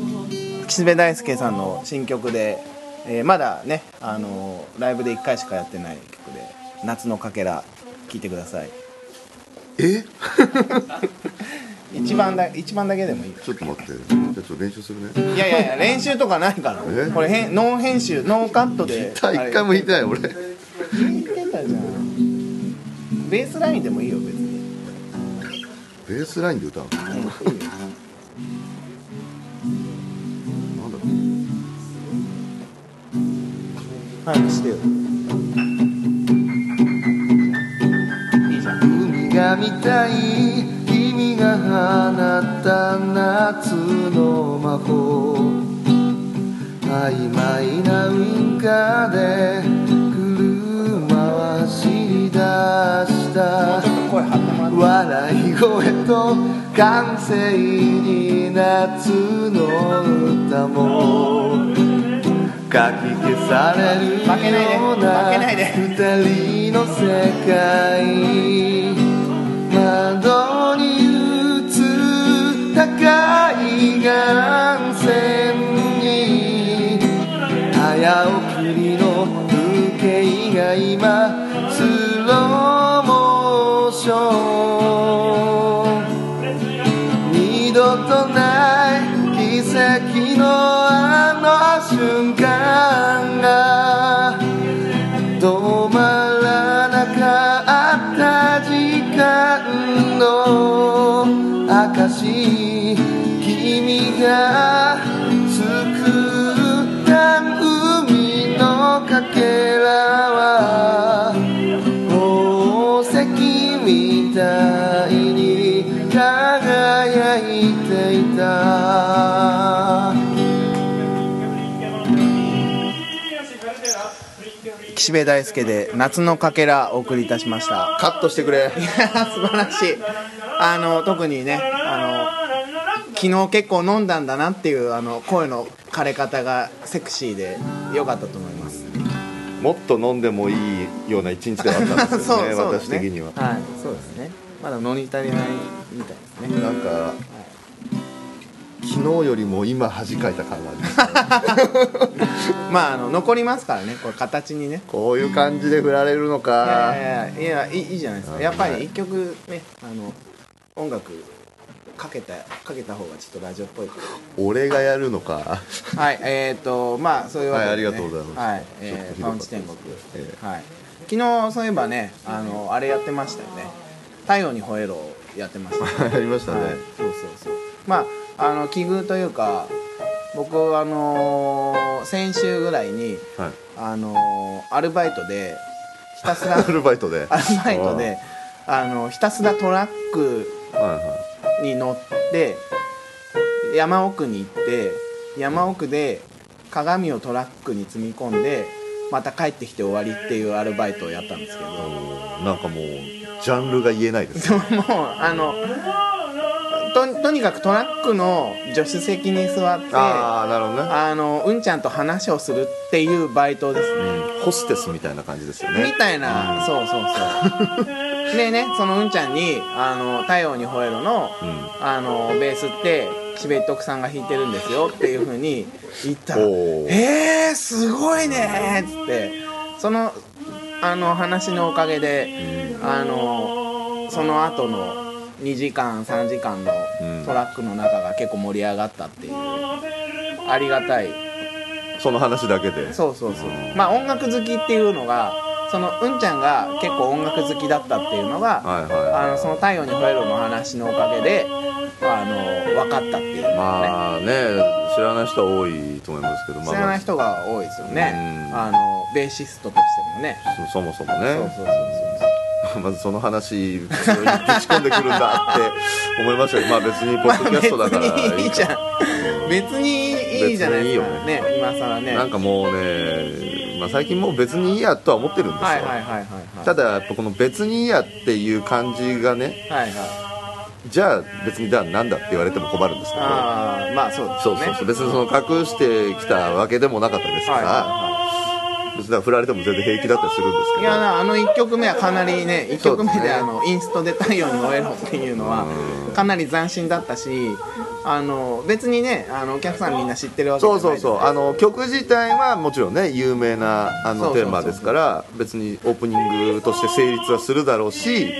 [SPEAKER 2] 岸辺大輔さんの新曲で、えーまだねあのライブで1回しかやってない曲で「夏のかけら」聴いてください
[SPEAKER 1] え
[SPEAKER 2] 一番だ一番だけでもいいよ
[SPEAKER 1] ちょっと待ってじゃあちょっと練習するねギ
[SPEAKER 2] いやいやいや練習とかない <laughs> から
[SPEAKER 1] え
[SPEAKER 2] これへんノー編集ノーカットで
[SPEAKER 1] ター一回も弾いてない俺
[SPEAKER 2] あれ弾いてたじゃんベースラインでもいいよ別に
[SPEAKER 1] ベースラインで歌うのなんだろう
[SPEAKER 2] 早くしてよいいじゃん
[SPEAKER 1] 海が見たい君が放った夏の魔法曖昧な運河で車は走り出した
[SPEAKER 2] 声張ってもらって
[SPEAKER 1] 笑い声と歓声に夏の歌もかき消されるよ
[SPEAKER 2] 負けないで
[SPEAKER 1] うな
[SPEAKER 2] 負けないで
[SPEAKER 1] 二人の世界窓に映る高い眼線に早送りの風景が今スローモーション二度とない奇跡のあの瞬間が止まらなかった時間の証君が救った海のかけらは宝石みたいに輝いていた
[SPEAKER 2] 岸辺大輔で「夏のかけら」お送りいたしました
[SPEAKER 1] カットしてくれ
[SPEAKER 2] いやー素晴らしいあの特にねあの昨日結構飲んだんだなっていうあの声の枯れ方がセクシーで良かったと思います
[SPEAKER 1] もっと飲んでもいいような一日ではあったんですよ
[SPEAKER 2] <laughs>
[SPEAKER 1] ね
[SPEAKER 2] そう
[SPEAKER 1] 私的には、
[SPEAKER 2] はいそうですねまだ飲み足りないみたいですね
[SPEAKER 1] なんか昨日よりも今恥かいた感がある
[SPEAKER 2] <laughs> まああの残りますからねこれ形にね
[SPEAKER 1] こういう感じで振られるの
[SPEAKER 2] いや
[SPEAKER 1] か
[SPEAKER 2] いやいやいやいいいいじゃないですか
[SPEAKER 1] はい
[SPEAKER 2] やっぱり一曲ねあの音楽かけたかけた方がちょっとラジオっぽい
[SPEAKER 1] 俺がやるのか
[SPEAKER 2] はいえっ、とまあそういうわけで、ね、
[SPEAKER 1] はいありがとうございます
[SPEAKER 2] はい、
[SPEAKER 1] ちょ
[SPEAKER 2] え
[SPEAKER 1] っと
[SPEAKER 2] ー、
[SPEAKER 1] ひど
[SPEAKER 2] パ
[SPEAKER 1] かった
[SPEAKER 2] ンチ天国、
[SPEAKER 1] え
[SPEAKER 2] はい昨日そういえばねあのあれやってましたよね太陽に吠えろをやってま
[SPEAKER 1] <laughs>
[SPEAKER 2] した、ね、
[SPEAKER 1] やりましたね、
[SPEAKER 2] はい、そうそうそうまああの奇遇というか僕あのー先週ぐらいに
[SPEAKER 1] はい
[SPEAKER 2] あのーアルバイトでひたすら
[SPEAKER 1] <laughs> アルバイトで
[SPEAKER 2] アルバイトであのひたすらトラック
[SPEAKER 1] はいは
[SPEAKER 2] に乗って山奥に行って山奥で鏡をトラックに積み込んでまた帰ってきて終わりっていうアルバイトをやったんですけど
[SPEAKER 1] いうんなんかもうジャンルが言えないです
[SPEAKER 2] でももうあのととにかくトラックの助手席に座ってあ
[SPEAKER 1] ああなるほどね
[SPEAKER 2] のうんちゃんと話をするっていうバイトですね
[SPEAKER 1] うんホステスみたいな感じですよ
[SPEAKER 2] み
[SPEAKER 1] ね
[SPEAKER 2] たいなそうそう
[SPEAKER 1] <laughs>
[SPEAKER 2] そうでねそのうんちゃんに「あの太陽に吠えろの」
[SPEAKER 1] うん
[SPEAKER 2] あのベースって岸辺一徳さんが弾いてるんですよっていうふうに言ったら
[SPEAKER 1] お
[SPEAKER 2] 「
[SPEAKER 1] ー
[SPEAKER 2] えー、すごいね」っつってそのあの話のおかげで、あのその後の2時間3時間の
[SPEAKER 1] うん
[SPEAKER 2] トラックの中が結構盛り上がったっていう、ありがたい
[SPEAKER 1] その話だけで
[SPEAKER 2] そうそうそうまあ音楽好きっていうのがそのうんちゃんが結構音楽好きだったっていうのが、
[SPEAKER 1] はいはいはい
[SPEAKER 2] あのその「太陽に吠えろ」の話のおかげであの分かったっていうのがね
[SPEAKER 1] まあね知らない人は多いと思いますけど、まあ、
[SPEAKER 2] 知らない人が多いですよね
[SPEAKER 1] うん
[SPEAKER 2] あのベーシストとしてもね
[SPEAKER 1] そそもそも
[SPEAKER 2] そう
[SPEAKER 1] ね
[SPEAKER 2] そうそうそう
[SPEAKER 1] <laughs> まずその話普通にぶち込んでくるんだって思いましたけどまあ別にポッドキャストだから
[SPEAKER 2] まあ別にいいじゃん
[SPEAKER 1] うん
[SPEAKER 2] 別にいいじゃないですか
[SPEAKER 1] 別にいい
[SPEAKER 2] ね
[SPEAKER 1] よ
[SPEAKER 2] 今更ね
[SPEAKER 1] なんかもうね、まあ、最近もう別にいいやとは思ってるんですよ、
[SPEAKER 2] はいはいはいはいはい
[SPEAKER 1] ただやっぱこの別にいいやっていう感じがね
[SPEAKER 2] はいはい
[SPEAKER 1] じゃあ別にだなんだって言われても困るんですけど
[SPEAKER 2] ああまあそうです
[SPEAKER 1] そ
[SPEAKER 2] よ
[SPEAKER 1] う
[SPEAKER 2] ね
[SPEAKER 1] そうそう別にその隠してきたわけでもなかったですか
[SPEAKER 2] はいはい
[SPEAKER 1] ら
[SPEAKER 2] はい
[SPEAKER 1] 別にだから振られても全然平気だったりするんですけど
[SPEAKER 2] いやなあの1曲目はかなりね1曲目
[SPEAKER 1] そう
[SPEAKER 2] で
[SPEAKER 1] ですね
[SPEAKER 2] あのインストで太陽に燃えろっていうのはかなり斬新だったしあの別にねあのお客さんみんな知ってるわけじゃ
[SPEAKER 1] そ
[SPEAKER 2] な
[SPEAKER 1] う
[SPEAKER 2] いです
[SPEAKER 1] そうそうあの曲自体はもちろんね有名なあ
[SPEAKER 2] そ
[SPEAKER 1] の
[SPEAKER 2] うそうそう
[SPEAKER 1] テーマですから別にオープニングとして成立はするだろうし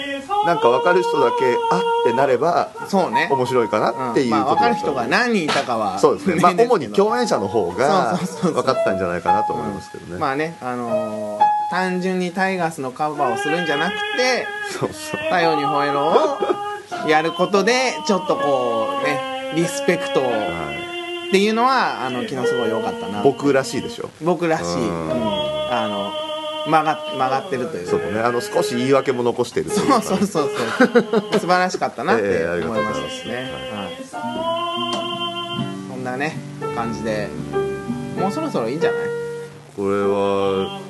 [SPEAKER 1] なんか分かる人だけあってなれば
[SPEAKER 2] そうね
[SPEAKER 1] 面白いかなっていう
[SPEAKER 2] まあ、分
[SPEAKER 1] こと
[SPEAKER 2] か
[SPEAKER 1] で
[SPEAKER 2] る
[SPEAKER 1] す
[SPEAKER 2] 人
[SPEAKER 1] よ
[SPEAKER 2] が何人いたかは
[SPEAKER 1] そうですねまあ主に
[SPEAKER 2] 演
[SPEAKER 1] 共演者の方
[SPEAKER 2] そ
[SPEAKER 1] が
[SPEAKER 2] うそうそうそう
[SPEAKER 1] 分かったんじゃないかなと思いますけどね、
[SPEAKER 2] まあねあのー単純にタイガースのカバーをするんじゃなくて
[SPEAKER 1] そうそう
[SPEAKER 2] 「太陽に吠えろ」をやることでちょっとこうねリスペクトを
[SPEAKER 1] はい
[SPEAKER 2] っていうのはあの昨日すごい良かったな
[SPEAKER 1] 僕らしいでしょ
[SPEAKER 2] 僕らしい、
[SPEAKER 1] うん
[SPEAKER 2] うんあの曲が曲がってるという
[SPEAKER 1] そうねあの少し言い訳も残してるとい
[SPEAKER 2] そう
[SPEAKER 1] か
[SPEAKER 2] そうそうそう素晴らしかったなって
[SPEAKER 1] ええありがとう
[SPEAKER 2] 思
[SPEAKER 1] ござ
[SPEAKER 2] いま
[SPEAKER 1] います
[SPEAKER 2] したね、はいそんなね感じでもうそろそろいいんじゃない
[SPEAKER 1] これは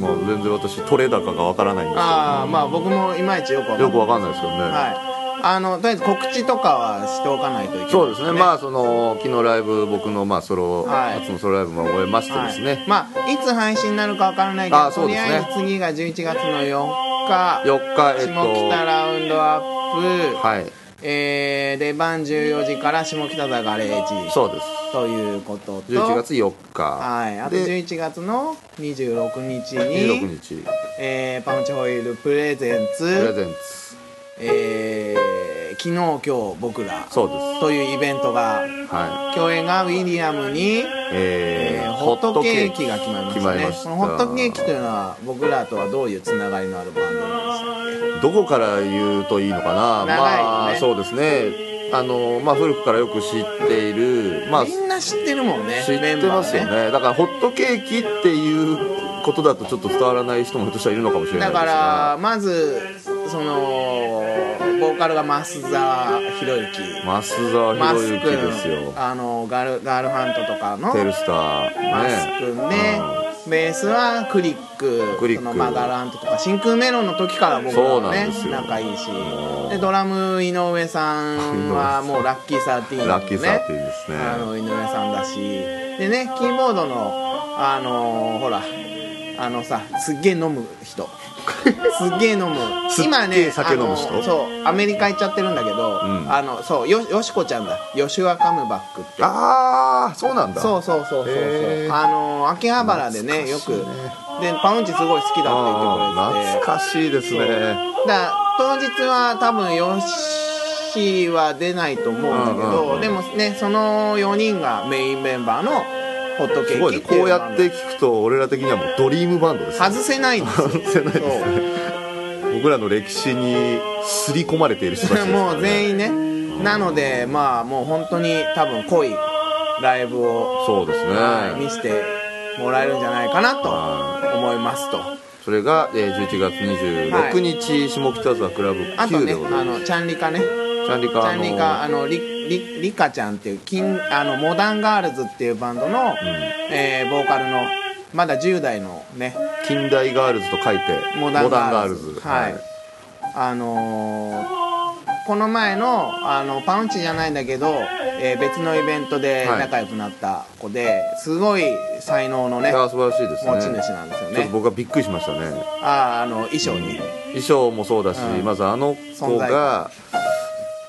[SPEAKER 1] まあ全然私取れ高がわからないんです
[SPEAKER 2] ああまあ僕もいまいちよくわ
[SPEAKER 1] け
[SPEAKER 2] か
[SPEAKER 1] どよく
[SPEAKER 2] ん
[SPEAKER 1] わかんないですけどね、
[SPEAKER 2] ないはいあのとりあえず告知とかはしておかないといけない
[SPEAKER 1] そうですねまあその昨日ライブ僕のまあソロ、
[SPEAKER 2] はい
[SPEAKER 1] 初のソロライブも終えましてですね、
[SPEAKER 2] はい、まあいつ配信になるかわからないけ
[SPEAKER 1] あ
[SPEAKER 2] ど
[SPEAKER 1] ーそ
[SPEAKER 2] と
[SPEAKER 1] うで
[SPEAKER 2] り
[SPEAKER 1] すね
[SPEAKER 2] あえず次が11月の4日
[SPEAKER 1] 4日えっと
[SPEAKER 2] 下北ラウンドアップ、
[SPEAKER 1] はい
[SPEAKER 2] えー、で晩14時から下北沢ガレージ
[SPEAKER 1] そうです
[SPEAKER 2] ということと
[SPEAKER 1] 11月4日
[SPEAKER 2] はい、あと
[SPEAKER 1] で
[SPEAKER 2] 11月の26日
[SPEAKER 1] 26
[SPEAKER 2] に、
[SPEAKER 1] 日プ
[SPEAKER 2] えー、パンチホイールプレゼン
[SPEAKER 1] レ
[SPEAKER 2] ツ、
[SPEAKER 1] ゼンツ
[SPEAKER 2] えー、昨日今日僕ら
[SPEAKER 1] そうです
[SPEAKER 2] というイベントが
[SPEAKER 1] は
[SPEAKER 2] 共演がウィリアムに、
[SPEAKER 1] い
[SPEAKER 2] え
[SPEAKER 1] え
[SPEAKER 2] ー
[SPEAKER 1] ー
[SPEAKER 2] ホットケーキが決まりました
[SPEAKER 1] 決まり
[SPEAKER 2] ね
[SPEAKER 1] ました
[SPEAKER 2] このホットケーキというのは僕らとはどういうつながりのあるバンドなんですか
[SPEAKER 1] どこから言うといいのかな、
[SPEAKER 2] 長いよね
[SPEAKER 1] まあそうですねあの、まあ、古くからよく知っている、まあ、知
[SPEAKER 2] み
[SPEAKER 1] っ
[SPEAKER 2] んな知ってるもんねメン
[SPEAKER 1] て
[SPEAKER 2] バ
[SPEAKER 1] ま
[SPEAKER 2] ー
[SPEAKER 1] すよねだからホットケーキっていうことだとちょっと伝わらない人もひょっとしたらいるのかもしれな
[SPEAKER 2] だ
[SPEAKER 1] いですが
[SPEAKER 2] からまずそのボーカルが増沢宏之
[SPEAKER 1] 増沢
[SPEAKER 2] マ
[SPEAKER 1] 宏
[SPEAKER 2] ス
[SPEAKER 1] 之
[SPEAKER 2] ク
[SPEAKER 1] ですよ
[SPEAKER 2] あのガールガールハントとかの
[SPEAKER 1] テルスターね
[SPEAKER 2] マスクねベースはクリック
[SPEAKER 1] クリック
[SPEAKER 2] そのまあガールハントとか真空メロンの時から僕
[SPEAKER 1] そ
[SPEAKER 2] ら
[SPEAKER 1] うなん
[SPEAKER 2] ね
[SPEAKER 1] ですよ
[SPEAKER 2] 仲いいし
[SPEAKER 1] もう
[SPEAKER 2] でドラム井上さんはもうラッキーサーティーン、
[SPEAKER 1] うん
[SPEAKER 2] ね、
[SPEAKER 1] ラッキーサーティーですね
[SPEAKER 2] あの井上さんだしでねキーボードのあのーほらあのさすっげえ飲む
[SPEAKER 1] <laughs>
[SPEAKER 2] 人すっげえ飲む
[SPEAKER 1] すっげえ
[SPEAKER 2] 今ね
[SPEAKER 1] 酒飲む人
[SPEAKER 2] あのそうアメリカ行っちゃってるんだけど、
[SPEAKER 1] ん
[SPEAKER 2] あのそうよよしこちゃんだヨシュアカムバックって
[SPEAKER 1] ああそうなんだ
[SPEAKER 2] そうそうそうそうそ
[SPEAKER 1] へ
[SPEAKER 2] う
[SPEAKER 1] ー
[SPEAKER 2] あのー秋葉原でねよくでパウンチすごい好きだ
[SPEAKER 1] あ
[SPEAKER 2] っ
[SPEAKER 1] ー
[SPEAKER 2] て言ってくれて
[SPEAKER 1] 懐かしいですね
[SPEAKER 2] だから当日は多分ヨッシーは出ないと思うんだけど、
[SPEAKER 1] うんうんうん
[SPEAKER 2] でもねその4人がメインメンバーのホットケ
[SPEAKER 1] すご
[SPEAKER 2] ーキっ
[SPEAKER 1] いね
[SPEAKER 2] てい
[SPEAKER 1] こ
[SPEAKER 2] うの
[SPEAKER 1] う
[SPEAKER 2] が
[SPEAKER 1] やって聞くと俺ら的にはもうドリームバンドですね
[SPEAKER 2] 外せないん
[SPEAKER 1] <laughs>
[SPEAKER 2] ですよ
[SPEAKER 1] 外せないです
[SPEAKER 2] そう
[SPEAKER 1] ね僕らの歴史に刷り込まれている人たちですからね
[SPEAKER 2] <laughs> もう全員ねなのでまあもう本当に多分濃いライブを、
[SPEAKER 1] そうですね、
[SPEAKER 2] はい見せてもらえるんじゃないかなと
[SPEAKER 1] は
[SPEAKER 2] 思いますと
[SPEAKER 1] それが、えー11月26日、下北沢クラブ
[SPEAKER 2] あと
[SPEAKER 1] 9
[SPEAKER 2] ね
[SPEAKER 1] でござ
[SPEAKER 2] あ
[SPEAKER 1] います
[SPEAKER 2] のチャンリカね
[SPEAKER 1] チャンリ
[SPEAKER 2] チ
[SPEAKER 1] カ
[SPEAKER 2] ャンリカ
[SPEAKER 1] あ
[SPEAKER 2] あのリリリカちゃんっていう金あのモダンガールズっていうバンドの、えーボーカルのまだ10代のね
[SPEAKER 1] の近代ガールズと書いて
[SPEAKER 2] モダンガールズ
[SPEAKER 1] モダンガールズ
[SPEAKER 2] はい、あのーこの前のあのパウンチじゃないんだけど、えー別のイベントで
[SPEAKER 1] はい
[SPEAKER 2] 仲良くなった子ですごい才能のね
[SPEAKER 1] いやー素晴らしいですね
[SPEAKER 2] 持ち主なんですよ
[SPEAKER 1] ちょっと
[SPEAKER 2] ね
[SPEAKER 1] 僕はびっくりしましたね
[SPEAKER 2] あーあの衣装に、
[SPEAKER 1] 衣装もそうだし、
[SPEAKER 2] うん
[SPEAKER 1] まずあの子
[SPEAKER 2] 存在感
[SPEAKER 1] が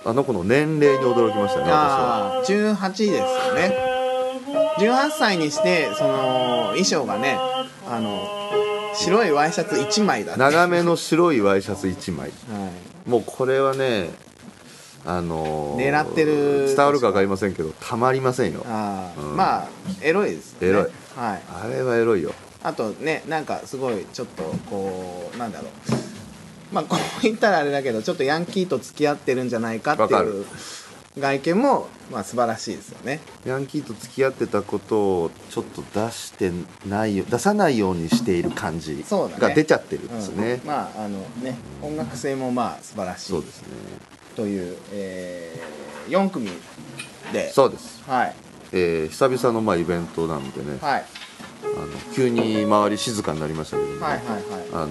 [SPEAKER 1] あの子の年齢に驚きましたね私は
[SPEAKER 2] ああ18ですよね18歳にしてその衣装がねあの白いワイシャツ1枚だって
[SPEAKER 1] 長めの白いワイシャツ1枚
[SPEAKER 2] はい
[SPEAKER 1] もうこれはねあのー
[SPEAKER 2] 狙ってる
[SPEAKER 1] 伝わるか分かりませんけどたまりませんよ
[SPEAKER 2] あー、
[SPEAKER 1] うん
[SPEAKER 2] まあエロいですよね
[SPEAKER 1] エロい
[SPEAKER 2] はい、
[SPEAKER 1] あれはエロいよ
[SPEAKER 2] あとねなんかすごいちょっとこうなんだろうまあこう言ったらあれだけどちょっとヤンキーと付き合ってるんじゃないかって
[SPEAKER 1] わか
[SPEAKER 2] いう
[SPEAKER 1] る
[SPEAKER 2] 外見も、まあ、素晴らしいですよね
[SPEAKER 1] ヤンキーと付き合ってたことをちょっと出してないよ出さないようにしている感じ
[SPEAKER 2] そうだね
[SPEAKER 1] が出ちゃってるんですね
[SPEAKER 2] うんまああのね音楽性もまあ素晴らしい
[SPEAKER 1] そうですね
[SPEAKER 2] という、え4組で
[SPEAKER 1] そうです、
[SPEAKER 2] はい
[SPEAKER 1] えー久々のまあイベントなんでね、
[SPEAKER 2] はい
[SPEAKER 1] あの急に周り静かになりましたけどね、
[SPEAKER 2] はいはいはい
[SPEAKER 1] あの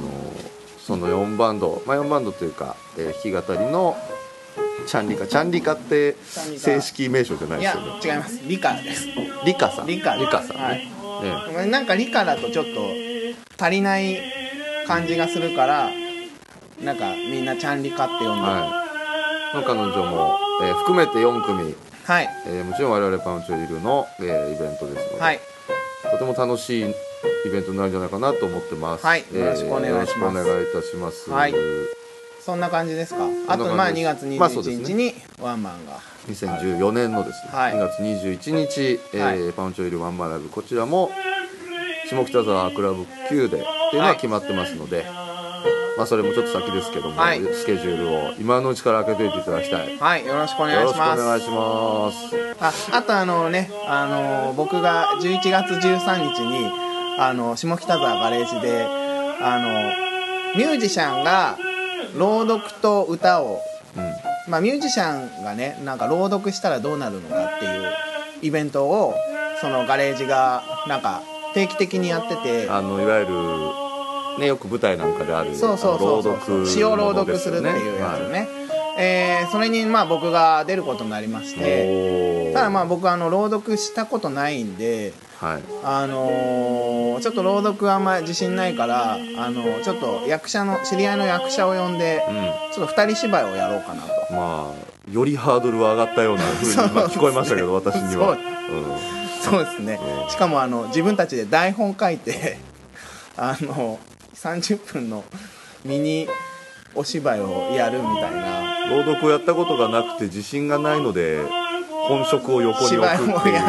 [SPEAKER 1] その4バンド、まあ、4バンドというか、えー弾き語りのチャンリカチャンリカって
[SPEAKER 2] ャンリカ
[SPEAKER 1] 正式名称じゃない
[SPEAKER 2] い
[SPEAKER 1] で
[SPEAKER 2] や
[SPEAKER 1] すよね
[SPEAKER 2] 違いますリカです
[SPEAKER 1] リカさん
[SPEAKER 2] リカ
[SPEAKER 1] リカさんね、
[SPEAKER 2] はい
[SPEAKER 1] ね
[SPEAKER 2] なんか理科だとちょっと足りない感じがするからなんかみんなちゃん理科って呼んでるは
[SPEAKER 1] はいの彼女も、えー含めて4組、
[SPEAKER 2] い
[SPEAKER 1] えーもちろん我々パンチョイルの、えーイベントですので、
[SPEAKER 2] はい
[SPEAKER 1] とても楽しいイベントになるんじゃないかなと思ってます、
[SPEAKER 2] はい
[SPEAKER 1] えー
[SPEAKER 2] よろしくお願いします
[SPEAKER 1] よろくお願いいたします、
[SPEAKER 2] はいそんな感じですかあ
[SPEAKER 1] そん
[SPEAKER 2] と
[SPEAKER 1] な
[SPEAKER 2] まあ
[SPEAKER 1] 感
[SPEAKER 2] 2
[SPEAKER 1] じ
[SPEAKER 2] 月
[SPEAKER 1] ですまあそうです
[SPEAKER 2] 21
[SPEAKER 1] ね
[SPEAKER 2] 日にワンマンが
[SPEAKER 1] 2014年のですね、
[SPEAKER 2] はい
[SPEAKER 1] 2月21日、えー
[SPEAKER 2] は
[SPEAKER 1] パウンチョイルワンマンライブこちらも下北沢クラブ Q でっていうの
[SPEAKER 2] はい
[SPEAKER 1] は決まってますので、まあそれもちょっと先ですけども、
[SPEAKER 2] はい
[SPEAKER 1] スケジュールを今のうちから開けといていただきたいよ
[SPEAKER 2] はいよろしくお願い
[SPEAKER 1] ろし
[SPEAKER 2] し
[SPEAKER 1] くお
[SPEAKER 2] ます
[SPEAKER 1] 願いします
[SPEAKER 2] ああとあのね、あの僕が11月13日に、あの下北沢ガレージで、あのミュージシャンが朗読と歌を、まあミュージシャンがね、なんか朗読したらどうなるのかっていうイベントを、そのガレージがなんか定期的にやってて
[SPEAKER 1] あのいわゆる、ね、よく舞台なんかである
[SPEAKER 2] そうそうそうそ
[SPEAKER 1] あの
[SPEAKER 2] う
[SPEAKER 1] 朗読
[SPEAKER 2] 詩を朗読するっていうやつね、えーそれにまあ僕が出ることになりまし
[SPEAKER 1] お
[SPEAKER 2] て
[SPEAKER 1] ー
[SPEAKER 2] ただまあ僕あの朗読したことないんで
[SPEAKER 1] はい
[SPEAKER 2] あのーちょっと朗読あんま自信ないから、あのーちょっと役者の知り合いの役者を呼んで、
[SPEAKER 1] ん
[SPEAKER 2] ちょっと二人芝居をやろうかなと
[SPEAKER 1] まあよりハードルは上がったようなふうに
[SPEAKER 2] <laughs> そう
[SPEAKER 1] まあ聞こえましたけど
[SPEAKER 2] そう
[SPEAKER 1] 私には
[SPEAKER 2] そう
[SPEAKER 1] うん
[SPEAKER 2] そうですね
[SPEAKER 1] う
[SPEAKER 2] <laughs>
[SPEAKER 1] ん
[SPEAKER 2] しかもあの自分たちで台本書いて <laughs> あの30分のミニお芝居をやるみたいな
[SPEAKER 1] 朗読をやったことがなくて自信がないので本職を横に置く
[SPEAKER 2] 芝
[SPEAKER 1] って
[SPEAKER 2] 居
[SPEAKER 1] いう
[SPEAKER 2] もやるっていう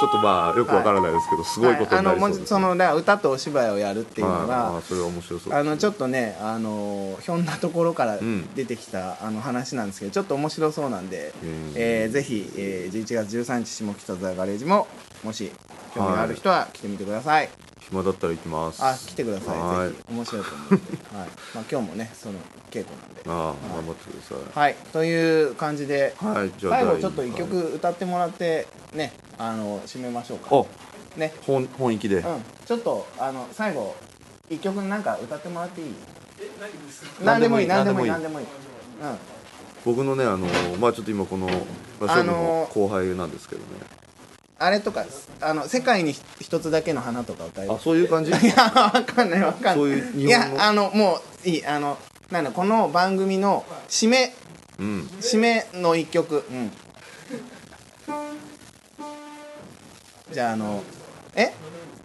[SPEAKER 1] ちょっとまあよくわからないですけど、すごいことになりそ
[SPEAKER 2] は
[SPEAKER 1] う
[SPEAKER 2] いあの
[SPEAKER 1] で
[SPEAKER 2] も
[SPEAKER 1] す、ね、
[SPEAKER 2] うそのだから歌とお芝居をやるっていうのが、
[SPEAKER 1] はいあーそれは面白そう
[SPEAKER 2] あのちょ
[SPEAKER 1] っ
[SPEAKER 2] っとねあのひょんなところから
[SPEAKER 1] ん
[SPEAKER 2] 出てきた、あの話なんですけどちょっと面白そうなんで、
[SPEAKER 1] うん
[SPEAKER 2] えーぜひ、えー11月13日下北沢ガレージももし興味がある人は来てみてください、
[SPEAKER 1] 暇だったら行きます
[SPEAKER 2] あ来てください
[SPEAKER 1] はい
[SPEAKER 2] ぜひ面白いと思うん
[SPEAKER 1] <laughs>
[SPEAKER 2] で、はいまあ、今日もねその稽古なんで
[SPEAKER 1] ああ頑張ってください
[SPEAKER 2] はいという感じで、
[SPEAKER 1] はいじゃあ
[SPEAKER 2] 最後
[SPEAKER 1] 第
[SPEAKER 2] ちょっと1曲歌ってもらってねあの締めましょうか
[SPEAKER 1] お
[SPEAKER 2] ね
[SPEAKER 1] 本本域で、
[SPEAKER 2] うん、ちょっとあの最後一曲なんか歌ってもらっていい？え何でもいい何で
[SPEAKER 1] 何で
[SPEAKER 2] も
[SPEAKER 1] も
[SPEAKER 2] いい
[SPEAKER 1] いい
[SPEAKER 2] 何でもいい。うん、
[SPEAKER 1] 僕のねあのまあちょっと今このまあ
[SPEAKER 2] あ
[SPEAKER 1] 勝負
[SPEAKER 2] の
[SPEAKER 1] の
[SPEAKER 2] ー
[SPEAKER 1] 後輩なんですけどね、
[SPEAKER 2] あれとかあの世界に一つだけの花とか歌える
[SPEAKER 1] あ。そういう感
[SPEAKER 2] <laughs>
[SPEAKER 1] じ
[SPEAKER 2] いやわかんないわかんない。
[SPEAKER 1] そういう日本の
[SPEAKER 2] いやあのもういいあのなんだこの番組の締め
[SPEAKER 1] うん
[SPEAKER 2] 締めの一曲。うん。じゃああのえ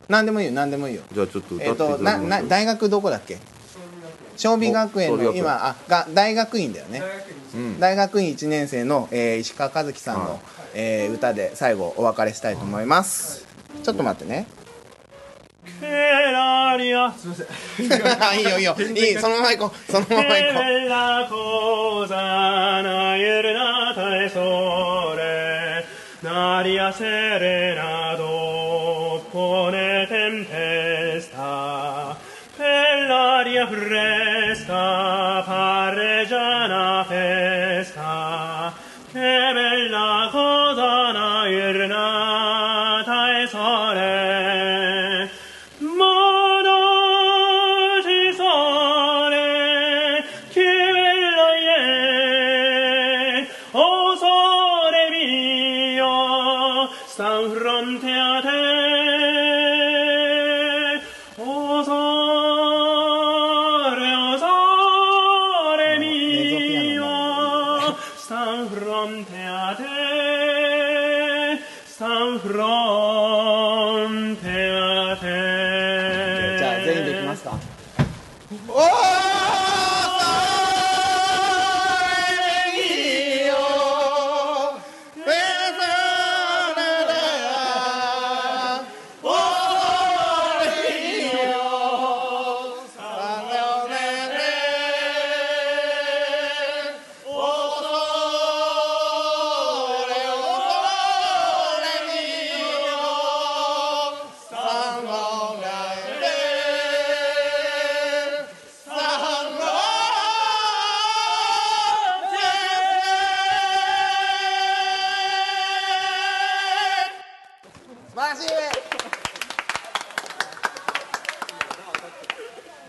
[SPEAKER 2] 何でもいいよ何でもいいよ。
[SPEAKER 1] じゃあちょっと歌
[SPEAKER 2] え
[SPEAKER 1] ってい
[SPEAKER 2] った
[SPEAKER 1] だ
[SPEAKER 2] と
[SPEAKER 1] きま
[SPEAKER 2] な
[SPEAKER 1] しょう
[SPEAKER 2] な大学どこだっけ昌美学園
[SPEAKER 1] お
[SPEAKER 2] の
[SPEAKER 1] 昌美学園
[SPEAKER 2] 今あが大学院だよね
[SPEAKER 1] うん
[SPEAKER 2] 大学院1年生の、えー石川和樹さんの、
[SPEAKER 1] はい
[SPEAKER 2] えー歌で最後お別れしたいと思います、ちょっと待って
[SPEAKER 1] <laughs>
[SPEAKER 2] ね
[SPEAKER 4] ケラリア
[SPEAKER 2] いいよいいよいいそのまま行こうそのまま行こう
[SPEAKER 4] la cosa naiernata de sole, naria serena doppone tempesta, per l'aria fresca pare già una festa, che bella cosa naiernata de sole, Mono ci sole, che bello è. O sole mio, sta in fronte a te. O sole, o sole mio, sta in fronte a te. Sta in fronte a te.
[SPEAKER 2] じゃあ全員できますかおー
[SPEAKER 1] <laughs>
[SPEAKER 2] マジ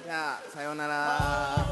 [SPEAKER 2] じゃあさようなら